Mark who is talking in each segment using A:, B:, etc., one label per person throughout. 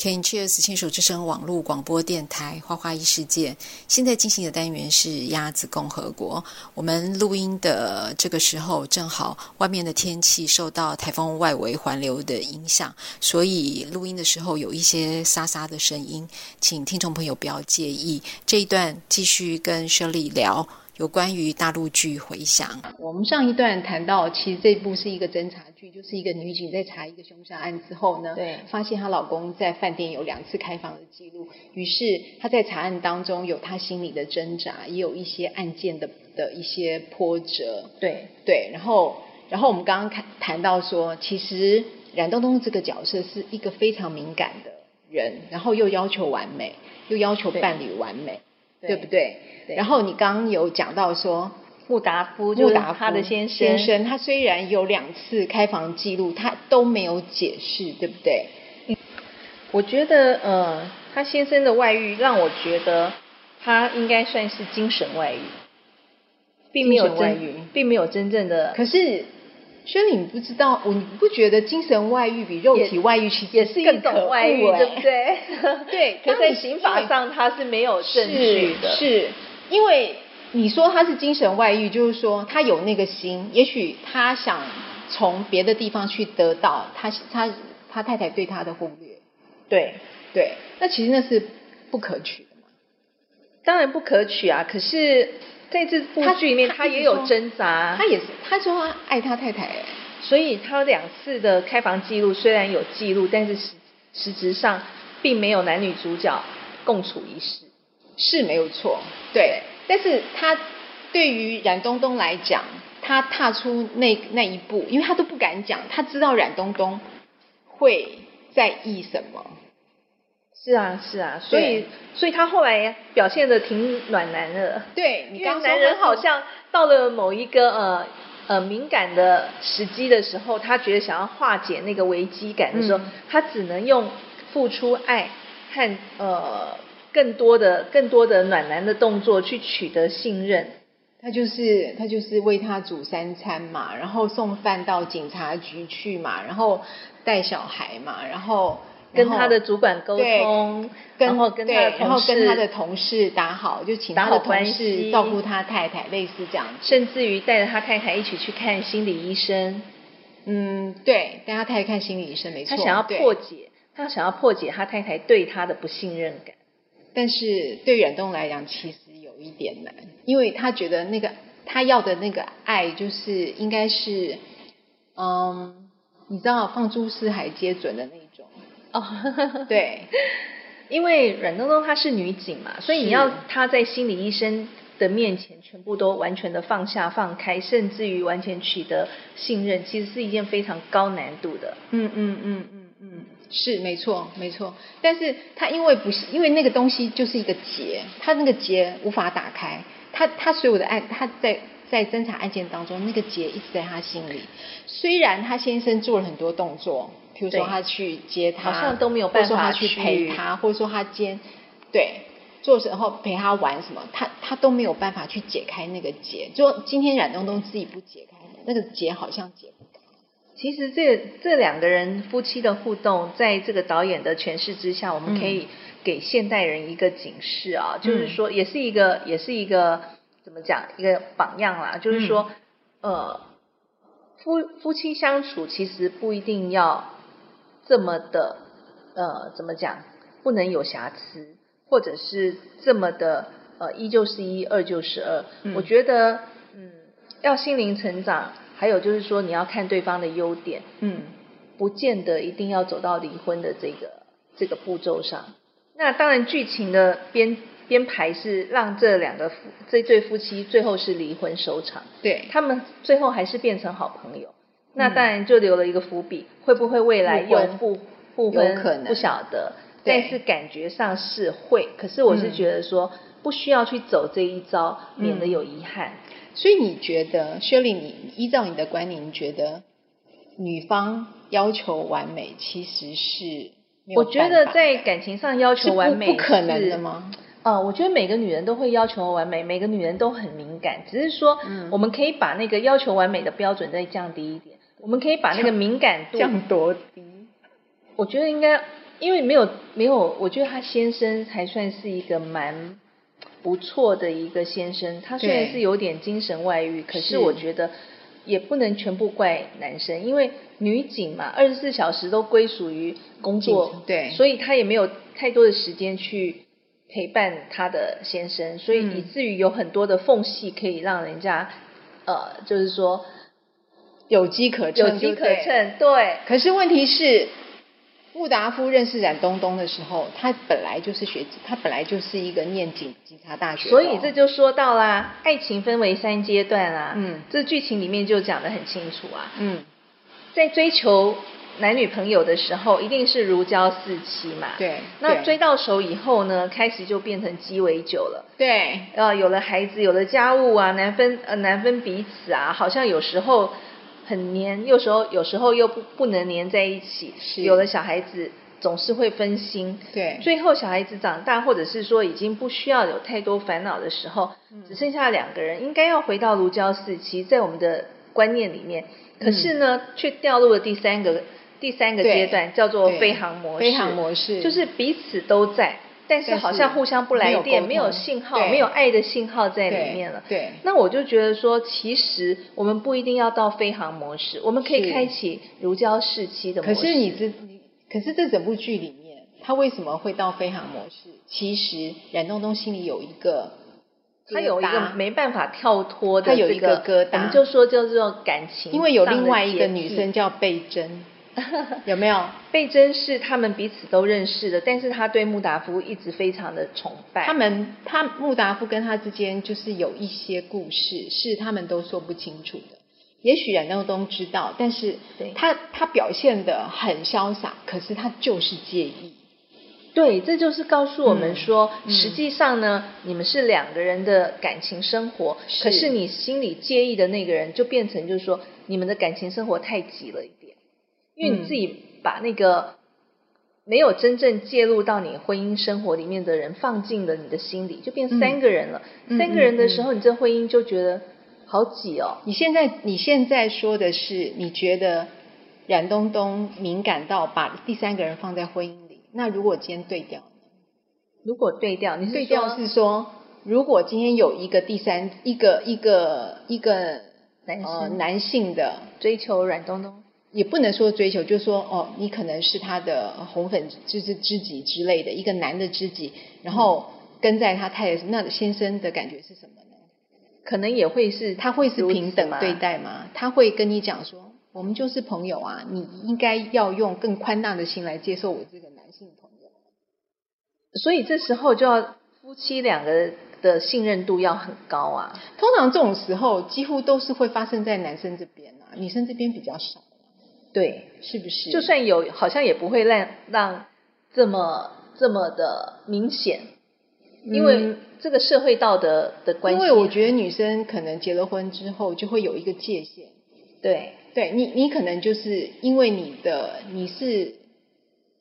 A: Can Cheers 牵手之声网络广播电台《花花异世界》，现在进行的单元是鸭子共和国。我们录音的这个时候，正好外面的天气受到台风外围环流的影响，所以录音的时候有一些沙沙的声音，请听众朋友不要介意。这一段继续跟 Shirley 聊有关于大陆剧回响。我们上一段谈到，其实这部是一个侦查剧，就是一个女警在查一个凶杀案之后呢，
B: 对
A: 发现她老公在饭店有两次开房的记录，于是她在查案当中有她心里的挣扎，也有一些案件的的一些波折，
B: 对
A: 对，然后然后我们刚刚看谈到说，其实冉东东这个角色是一个非常敏感的人，然后又要求完美，又要求
B: 对
A: 伴侣完美，对
B: 对
A: 不对？
B: 对
A: 然后你刚刚有讲到说，
B: 穆达夫就
A: 穆
B: 是
A: 达
B: 他的
A: 夫
B: 先
A: 生，
B: 生
A: 他虽然有两次开房记录，他都没有解释，对不对？
B: 我觉得，呃，他先生的外遇让我觉得他应该算是精神外遇，并没有
A: 精
B: 真
A: 神外遇
B: 并没有真正的，
A: 可是。薛礼，你不知道，我你不觉得精神外遇比肉
B: 也
A: 体外遇其实
B: 也是一
A: 更可
B: 种外遇，
A: 恶欸？
B: 对 不对
A: 对
B: 可
A: 当
B: 在
A: 你
B: 刑法
A: 对
B: 上他是没有证据的，
A: 是是因为你说他是精神外遇，就是说他有那个心，也许他想从别的地方去得到他他他太太对他的忽略，
B: 对，
A: 对，那其实那是不可取的嘛。
B: 当然不可取啊。可是在这部
A: 他
B: 剧里面，
A: 他
B: 他
A: 一直
B: 也
A: 说
B: 有挣扎，
A: 他也是，他说他爱他太太、欸，
B: 所以他两次的开房记录虽然有记录，但是实实质上并没有男女主角共处一室。
A: 是没有错，对。但是他对于冉东东来讲，他踏出那那一步，因为他都不敢讲，他知道冉东东会在意什么，
B: 是啊，是啊，所以所以他后来表现的挺暖男的，
A: 对你
B: 因
A: 刚刚
B: 为
A: 说
B: 男
A: 他
B: 人
A: 是
B: 好像到了某一个呃呃敏感的时机的时候，他觉得想要化解那个危机感的时候，
A: 嗯
B: 他只能用付出爱和呃更多的更多的暖男的动作去取得信任。
A: 他就是他就是为他煮三餐嘛，然后送饭到警察局去嘛，然后带小孩嘛，然后然
B: 跟
A: 后
B: 他的主管沟
A: 对
B: 通，
A: 跟
B: 然后跟他的
A: 对
B: 同
A: 然后跟他
B: 事
A: 的同事打好，就请
B: 打
A: 他的
B: 好关
A: 同事
B: 系
A: 照顾他太太，类似这样子。
B: 甚至于带着他太太一起去看心理医生，
A: 嗯，对，但他太太看心理医生没错，
B: 他想要
A: 对
B: 破解，他想要破解他太太对他的不信任感。
A: 但是对远东来讲，其实有一点难，因为他觉得那个他要的那个爱，就是应该是，嗯，你知道放诸四海皆准的那一种，
B: 哦， 对，
A: 对，
B: 因为阮东东她是女警嘛，所以
A: 是
B: 你要她在心理医生的面前全部都完全的放下、放开，甚至于完全取得信任，其实是一件非常高难度的。
A: 嗯嗯嗯嗯嗯，是没错没错，但是他因为不是因为那个东西就是一个结，他那个结无法打开，他他所有的案他在在侦查案件当中，那个结一直在他心里。虽然他先生做了很多动作，比如说
B: 对
A: 他去接他，
B: 好像都没有
A: 或
B: 办法
A: 者说他去陪
B: 去
A: 他，或者说他兼对。做时候陪他玩什么，他他都没有办法去解开那个结。就今天冉东东自己不解开，那个结好像解不开。
B: 其实这这两个人夫妻的互动，在这个导演的诠释之下，我们可
A: 嗯
B: 以给现代人一个警示啊，就是说，也是一个，也是一个怎么讲，一个榜样啦，就是说，
A: 嗯
B: 呃，夫夫妻相处其实不一定要这么的，呃，怎么讲，不能有瑕疵，或者是这么的，呃，一就是一，二就是二。
A: 嗯
B: 我觉得，嗯，要心灵成长，还有就是说，你要看对方的优点，
A: 嗯，
B: 不见得一定要走到离婚的这个这个步骤上。那当然，剧情的编编排是让这两个夫这对夫妻最后是离婚收场，
A: 对。
B: 他们最后还是变成好朋友。
A: 嗯
B: 那当然就留了一个伏笔，会不会未来
A: 复
B: 又
A: 婚
B: 复复
A: 有
B: 婚？
A: 可能
B: 不晓得，
A: 对
B: 但是感觉上是会。可是我是
A: 嗯
B: 觉得说，不需要去走这一招，
A: 嗯
B: 免得有遗憾。
A: 所以你觉得，Shirley，你依照你的观点，你觉得女方要求完美其实是没有
B: 我
A: 办
B: 觉
A: 法
B: 得在感情上要
A: 是
B: 求
A: 不
B: 完美
A: 不可能
B: 是
A: 的吗？
B: 呃，我觉得每个女人都会要求完美，每个女人都很敏感，只是说，
A: 嗯
B: 我们可以把那个要求完美的标准再降低一点，我们可以把那个敏感度，
A: 降多低？
B: 我觉得应该因为没有没有，我觉得他先生还算是一个蛮不错的一个先生。他虽然
C: 对
B: 是有点精神外遇，可
C: 是
B: 是我觉得也不能全部怪男生，因为女警嘛，二十四小时都归属于工
C: 警
B: 作，
C: 对
B: 所以他也没有太多的时间去陪伴他的先生，所以
C: 嗯
B: 以至于有很多的缝隙可以让人家呃，就是说
A: 有机可乘，
B: 有机
A: 对
B: 可
A: 不对。
B: 乘，对。
A: 可是问题是，布达夫认识冉东东的时候，他本来就是学，他本来就是一个念警警察大学的哦、
B: 所以这就说到啦，爱情分为三阶段啦、
A: 嗯
B: 这剧情里面就讲得很清楚啊。
A: 嗯，
B: 在追求男女朋友的时候，一定是如胶似漆嘛。。
A: 对，
B: 那
A: 对
B: 追到手以后呢，开始就变成鸡尾酒了。
A: 对
B: 呃，有了孩子，有了家务啊，难分呃难分彼此啊，好像有时候很黏，有时候有时候又不不能黏在一起。
A: 是
B: 有了小孩子，总是会分心。
A: 对
B: 最后小孩子长大，或者是说已经不需要有太多烦恼的时候，
A: 嗯
B: 只剩下两个人，应该要回到如胶似漆，在我们的观念里面。可是呢，却掉入了第三个第三个
A: 嗯对
B: 阶段，叫做
A: 对
B: 飞航模式。
A: 飞航模式
B: 就是彼此都在，但是
A: 但是
B: 好像互相不来电，
A: 没
B: 没
A: 有沟
B: 有
A: 通
B: 信号，
A: 对
B: 没有爱的信号在
A: 对
B: 里面了。
A: 对
B: 那我就觉得说，其实我们不一定要到飞航模式，我们可
A: 是
B: 以开启如胶似漆的模
A: 可
B: 式。
A: 是你这，你可是这整部剧里面，他为什么会到飞航模式？其实冉东东心里有一个疙瘩，
B: 他有一个没办法跳脱的
A: 他有
B: 这
A: 一个疙瘩
B: 我们就说叫做感情上的洁癖，
A: 因为有另外一个女生叫贝珍， 有没有？
B: 贝珍是他们彼此都认识的，但是他对穆达夫一直非常的崇拜。
A: 他们他穆达夫跟他之间就是有一些故事是他们都说不清楚的。也许冉东东知道，但是
B: 对
A: 他他表现的很潇洒，可是他就是介意。
B: 对，这就是告诉我们说，
A: 嗯
B: 实际上呢，你们是两个人的感情生活，
A: 是
B: 可是你心里介意的那个人，就变成就是说，你们的感情生活太急了一点，因为
A: 嗯
B: 你自己把那个没有真正介入到你婚姻生活里面的人放进了你的心里，就变三个人了。
A: 嗯
B: 三个人的时候，你这婚姻就觉得好挤哦。
A: 你现在你现在说的是，你觉得冉东东敏感到把第三个人放在婚姻里，那如果今天对调呢，
B: 如果对调，你是
A: 对
B: 说
A: 调是说，如果今天有一个第三一个一个一个
B: 男
A: 呃
B: 生
A: 男性的，
B: 追求阮东东，
A: 也不能说追求，就说哦，你可能是他的呃红粉就是知己之类的一个男的知己，然后
B: 嗯
A: 跟在他太太那先生的感觉是什么呢？
B: 可能也会是
A: 他会是
B: 如此
A: 平等
B: 嘛
A: 对待吗？他会跟你讲说，我们就是朋友啊，你应该要用更宽大的心来接受我这个男性朋友。
B: 所以这时候就要夫妻两个的信任度要很高啊。
A: 通常这种时候，几乎都是会发生在男生这边啊，女生这边比较少，
B: 对，
A: 是不是？
B: 就算有，好像也不会让让这么这么的明显，因为这个社会道德的
A: 嗯
B: 关
A: 因
B: 系。
A: 为
B: 啊
A: 我觉得女生可能结了婚之后就会有一个界限，
B: 对
A: 对你，你可能就是因为你的你是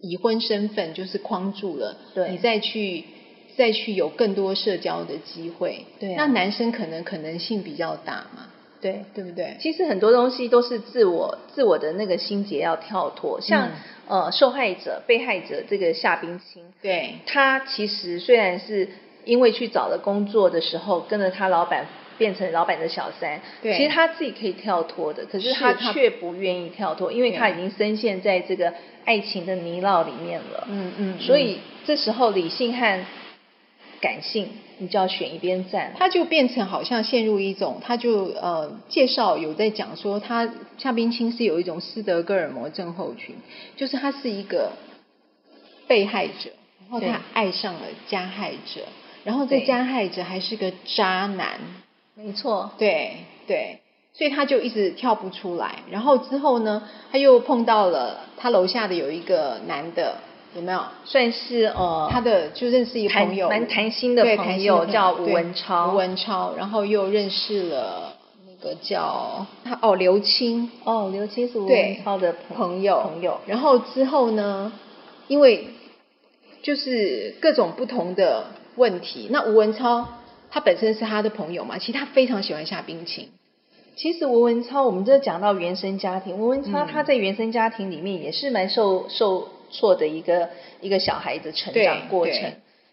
A: 已婚身份，就是框住了，
B: 对
A: 你再去再去有更多社交的机会，
B: 对啊
A: 那男生可能可能性比较大嘛，
B: 对，
A: 对不对？
B: 其实很多东西都是自我自我的那个心结要跳脱，像、
A: 嗯
B: 呃受害者、被害者这个夏冰清，
A: 对，
B: 他其实虽然是因为去找了工作的时候，跟着他老板变成老板的小三，
A: 对
B: 其实他自己可以跳脱的，可是
A: 是他
B: 他却不愿意跳脱，因为
A: 对
B: 他已经深陷在这个爱情的泥淖里面了。
A: 嗯嗯，
B: 所以这时候理性和感性，你就要选一边站。
A: 他就变成好像陷入一种，他就呃介绍有在讲说他夏冰清是有一种斯德哥尔摩症候群，就是他是一个被害者，然后
B: 对
A: 他爱上了加害者，然后这
B: 对
A: 加害者还是个渣男，
B: 没错，
A: 对对，所以他就一直跳不出来。然后之后呢，他又碰到了他楼下的有一个男的，有没有？
B: 算是呃，
A: 他的就认识一个
B: 谈
A: 朋友，
B: 蛮谈心的
A: 对
B: 朋
A: 谈心
B: 友
A: 的
B: 叫吴
A: 对
B: 文超
A: 吴文超，然后又认识了那个叫他哦刘青
B: 哦，刘青是吴
A: 对
B: 文超的
A: 朋友，
B: 朋友，
A: 然后之后呢，因为就是各种不同的问题，那吴文超他本身是他的朋友嘛，其实他非常喜欢夏冰清，
B: 其实
A: 嗯
B: 吴文超，我们这讲到原生家庭，吴文超他在原生家庭里面也是蛮受受错的一个一个小孩子成长过程。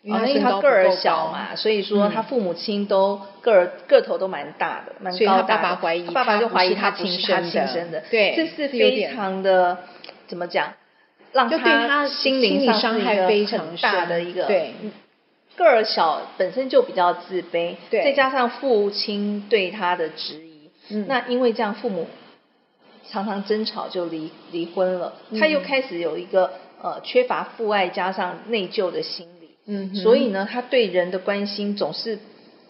A: 因为他
B: 哦因为
A: 身
B: 他
A: 高
B: 个
A: 不
B: 儿
A: 够
B: 小
A: 高
B: 嘛，所以说
A: 嗯
B: 他父母亲都个儿个头都蛮大的，蛮
A: 所以
B: 高
A: 他
B: 大
A: 爸爸
B: 的
A: 怀疑
B: 他爸爸
A: 他
B: 就
A: 不
B: 怀
A: 是
B: 疑
A: 他
B: 不
A: 亲
B: 是他
A: 生
B: 亲
A: 的
B: 生的，
A: 对
B: 这
A: 是
B: 是
A: 有
B: 非
A: 点
B: 常的怎么讲，让
A: 就对他
B: 心
A: 心
B: 灵
A: 理
B: 上
A: 伤
B: 是一
A: 害
B: 个
A: 非
B: 很
A: 常
B: 大
A: 深
B: 的一个嗯
A: 对
B: 个儿小本身就比较自卑，
A: 对
B: 再加上父亲对他的质疑，
A: 嗯
B: 那因为这样父母常常争吵就离离婚了，他又
A: 嗯
B: 开始有一个呃缺乏父爱加上内疚的心理，
A: 嗯哼，
B: 所以呢，他对人的关心总是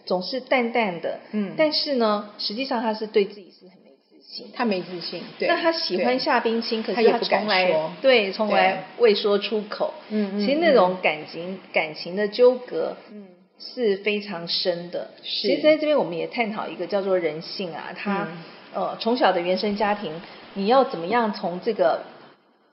B: 总是淡淡的，
A: 嗯
B: 但是呢，实际上他是对自己是很没自信的。
A: 他没自信，对，
B: 那他喜欢
A: 对
B: 夏冰清，可
A: 他
B: 是
A: 也
B: 他
A: 不敢
B: 从来
A: 说
B: 对从来未说出口。
A: 嗯嗯
B: 其实那种感情感情的纠葛，
A: 嗯
B: 是非常深的。
A: 是
B: 其实在这边我们也探讨一个叫做人性啊，他、
A: 嗯
B: 呃从小的原生家庭，你要怎么样从这个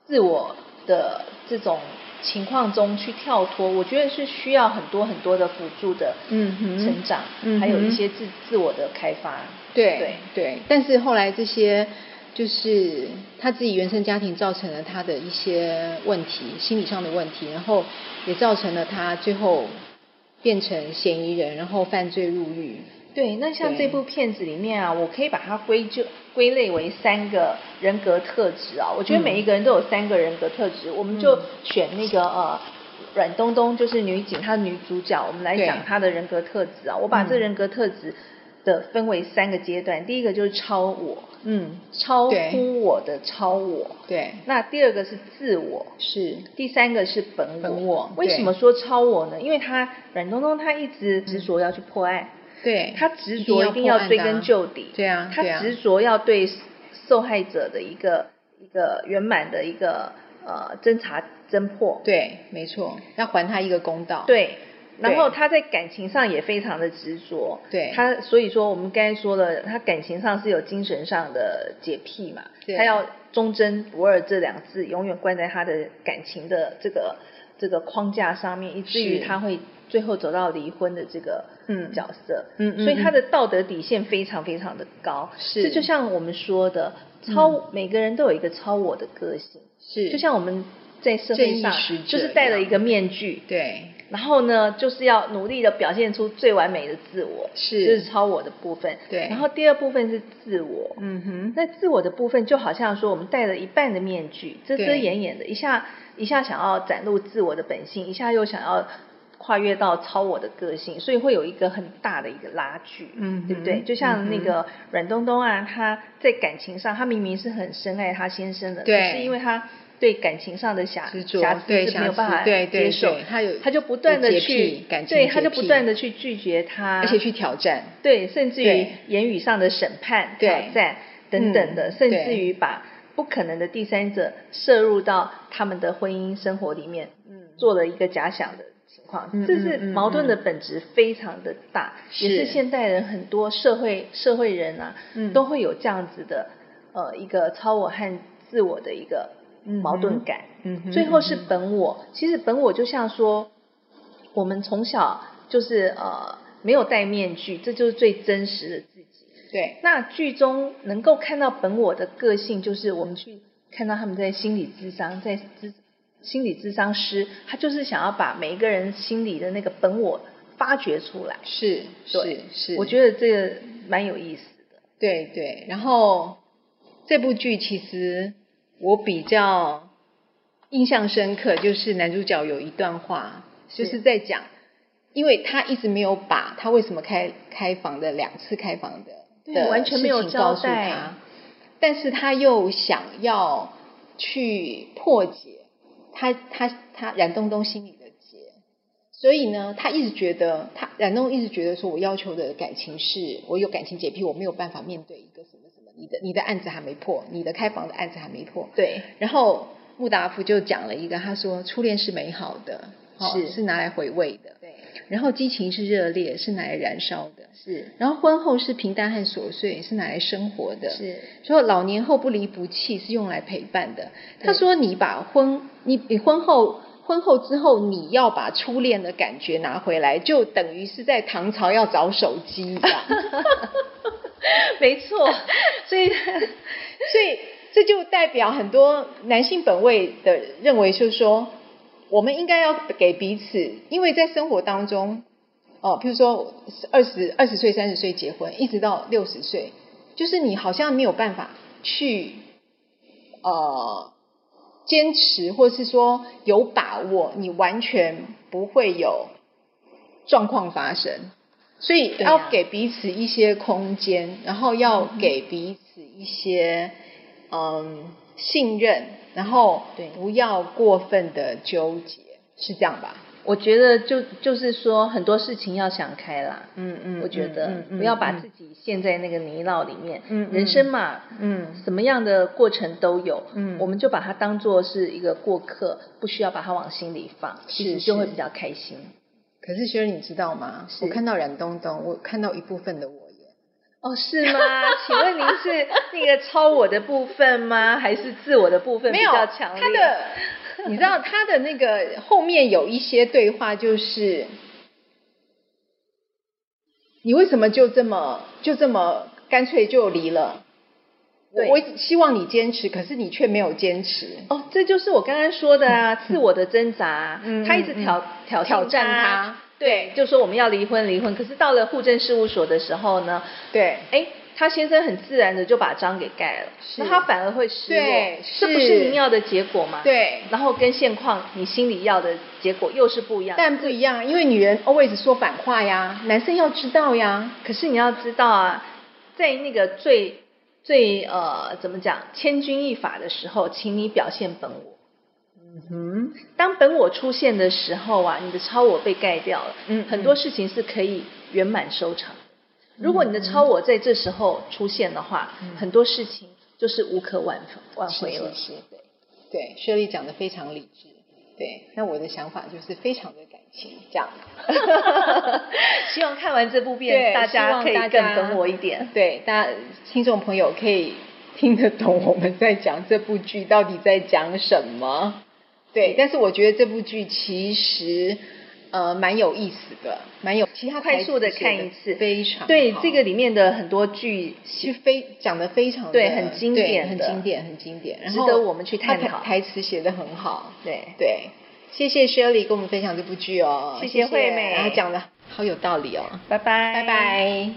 B: 自我的这种情况中去跳脱？我觉得是需要很多很多的辅助的
A: 嗯哼
B: 成长，
A: 嗯哼
B: 还有一些自自我的开发。
A: 对
B: 对
A: 对，但是后来这些就是他自己原生家庭造成了他的一些问题，心理上的问题，然后也造成了他最后变成嫌疑人，然后犯罪入狱。
B: 对，那像这
A: 对
B: 部片子里面啊，我可以把它归就归类为三个人格特质啊。我觉得
A: 嗯
B: 每一个人都有三个人格特质，我们就选那个呃阮东东就是女警，她的女主角，我们来
A: 对
B: 讲她的人格特质啊。我把这
A: 嗯
B: 人格特质的分为三个阶段，第一个就是超我，
A: 嗯，
B: 超
A: 对
B: 乎我的超我。
A: 对，
B: 那第二个是自我，
A: 是，
B: 第三个是本我。
A: 本我
B: 为
A: 对
B: 什么说超我呢？因为他阮东东他一直执着要去破案。
A: 对，
B: 他执着一
A: 破
B: 定要
A: 案
B: 追
A: 的
B: 根
A: 啊
B: 究底，
A: 对啊，
B: 他
A: 对啊
B: 执着要对受害者的一个一个圆满的一个呃侦查侦破，
A: 对，没错，要还他一个公道。，
B: 对然
A: 对
B: 后他在感情上也非常的执着，
A: 对
B: 他所以说我们刚才说了，他感情上是有精神上的洁癖嘛，
A: 对啊
B: 他要忠贞不二这两字永远关在他的感情的这个这个框架上面，以至于
A: 是
B: 他会最后走到离婚的这个
A: 嗯
B: 角色，
A: 嗯嗯
B: 所以他
A: 嗯
B: 的道德底线非常非常的高，
A: 是嗯
B: 这就像我们说的超、每个人都有一个超我的个性，
A: 是，
B: 就像我们在社
A: 正
B: 会
A: 义
B: 上
A: 使者
B: 就是戴了
A: 一
B: 一
A: 样
B: 个面具，
A: 对，
B: 然后呢，就是要努力的表现出最完美的自我，
A: 是
B: 这是超我的部分。
A: 对
B: 然后第二部分是自我，
A: 嗯哼，
B: 那自我的部分就好像说我们戴了一半的面具，遮遮
A: 对
B: 掩掩的，一下一下想要展露自我的本性，一下又想要跨越到超我的个性，所以会有一个很大的一个拉锯，
A: 嗯哼
B: 对不对？就像那个阮东东啊，他在感情上，他明明是很深爱他先生的，
A: 对
B: 可是因为他。对感情上的瑕
A: 执着
B: 瑕疵
A: 对
B: 是没
A: 瑕
B: 有
A: 疵
B: 办法
A: 对对
B: 接受
A: 对，他有
B: 他就不断的
A: 有洁
B: 去
A: 癖感情
B: 对，
A: 洁
B: 他就不
A: 癖
B: 断的去拒绝他，
A: 而且去挑战。
B: 对，甚至于
A: 对
B: 言语上的审判、
A: 对
B: 挑战等等的，
A: 嗯
B: 甚至于把不可能的第三者摄入到他们的婚姻生活里面，
A: 嗯
B: 做了一个假想的情况，
A: 嗯
B: 这是
A: 嗯嗯
B: 矛
A: 嗯
B: 盾的本质非常的大，
A: 是
B: 也是现代人很多社会社会人啊，
A: 嗯
B: 都会有这样子的呃一个超我和自我的一个
A: 嗯哼
B: 矛盾感。
A: 嗯哼，
B: 最后是
A: 嗯哼
B: 本我。其实本我就像说，我们从小就是呃没有戴面具，这就是最真实的自己。
A: 对，
B: 那剧中能够看到本我的个性，就是我们去看到他们在心理智商，在智心理智商师，他就是想要把每一个人心里的那个本我发掘出来。
A: 是是
B: 对
A: 是，
B: 我觉得这个蛮有意思的。
A: 对对，然后这部剧其实我比较印象深刻，就是男主角有一段话，就是是在讲，因为他一直没有把他为什么开开房的两次开房的
B: 对
A: 的
B: 完全没有
A: 事情告
B: 交
A: 诉
B: 代
A: 他，但是他又想要去破解他他他冉东东心里的结，所以呢，他一直觉得，他冉东一直觉得说，我要求的感情是我有感情洁癖，我没有办法面对一个什么什么，你的你的案子还没破，你的开房的案子还没破。
B: 对，
A: 然后穆达夫就讲了一个，他说初恋是美好的，哦
B: 是
A: 是拿来回味的，
B: 对，
A: 然后激情是热烈，是拿来燃烧的，
B: 是
A: 然后婚后是平淡和琐碎，是拿来生活的，
B: 是，
A: 说老年后不离不弃是用来陪伴的。
B: 对
A: 他说你把婚，你你婚后婚后之后，你要把初恋的感觉拿回来，就等于是在唐朝要找手机一样。
B: 没错。所以，
A: 所以这就代表很多男性本位的认为，就是说，我们应该要给彼此，因为在生活当中，哦，譬如说二十二十岁、三十岁结婚，一直到六十岁，就是你好像没有办法去呃坚持，或是说有把握，你完全不会有状况发生。所以
B: 对啊
A: 要给彼此一些空间，然后要给彼此一些嗯信任，然后
B: 对
A: 不要过分的纠结，是这样吧？
B: 我觉得就就是说很多事情要想开啦。
A: 嗯嗯
B: 我觉得
A: 嗯嗯
B: 不要把自己陷在那个泥淖里面。
A: 嗯嗯
B: 人生嘛，
A: 嗯
B: 什么样的过程都有。
A: 嗯
B: 我们就把它当做是一个过客，不需要把它往心里放，其实
A: 是
B: 就会
A: 是
B: 比较开心。
A: 可是薛，你知道吗？
B: 是
A: 我看到冉东东，我看到一部分的我耶。
B: 哦，是吗？ 请问您是那个超我的部分吗？还是自我的部分比
A: 没有
B: 较强烈？
A: 他的，你知 道他的那个后面有一些对话，就是你为什么就这么就这么干脆就离了？我
B: 对
A: 我希望你坚持，可是你却没有坚持。
B: 哦，这就是我刚刚说的啊，自我的挣扎啊，
A: 嗯
B: 他一直挑、挑
A: 挑
B: 衅
A: 战
B: 他
A: 他，
B: 对，就说我们要离婚离婚，可是到了户政事务所的时候呢，
A: 对，
B: 哎，他先生很自然的就把章给盖了，
A: 是
B: 那他反而会失落
A: 对，
B: 这不是
A: 是
B: 您要的结果吗？，
A: 对，
B: 然后跟现况你心里要的结果又是不一样，
A: 但不一样，因为女人 always 说反话呀，男生要知道呀。
B: 可是你要知道啊，在那个最最呃怎么讲千钧一发的时候，请你表现本我。
A: 嗯，
B: 当本我出现的时候啊，你的超我被盖掉了，
A: 嗯
B: 很多事情是可以圆满收场的。如果你的超我在这时候出现的话，很多事情就是无可挽挽回了。
A: 嗯是是是对对，薛丽讲的非常理智。对，那我的想法就是非常的感情这样。
B: 希望看完这部片，
A: 对
B: 大
A: 希
B: 家
A: 望
B: 可以
A: 大
B: 更
A: 家
B: 本我一点。
A: 对，大家听众朋友可以听得懂我们在讲这部剧到底在讲什么。对，但是我觉得这部剧其实呃蛮有意思的，蛮有其他
B: 快速地
A: 台词写得
B: 看一次
A: 非常
B: 对
A: 好
B: 这个里面的很多剧，
A: 其实非讲的非常的
B: 对很经
A: 对
B: 典
A: 很
B: 的
A: 经典，很经典，然
B: 值
A: 后
B: 得我们去
A: 他
B: 探讨
A: 台台词写的很好，
B: 对
A: 对，谢谢 Shirley 跟我们分享这部剧哦，
B: 谢谢惠美
A: 然后讲的好有道理哦，
B: 拜拜，
A: 拜拜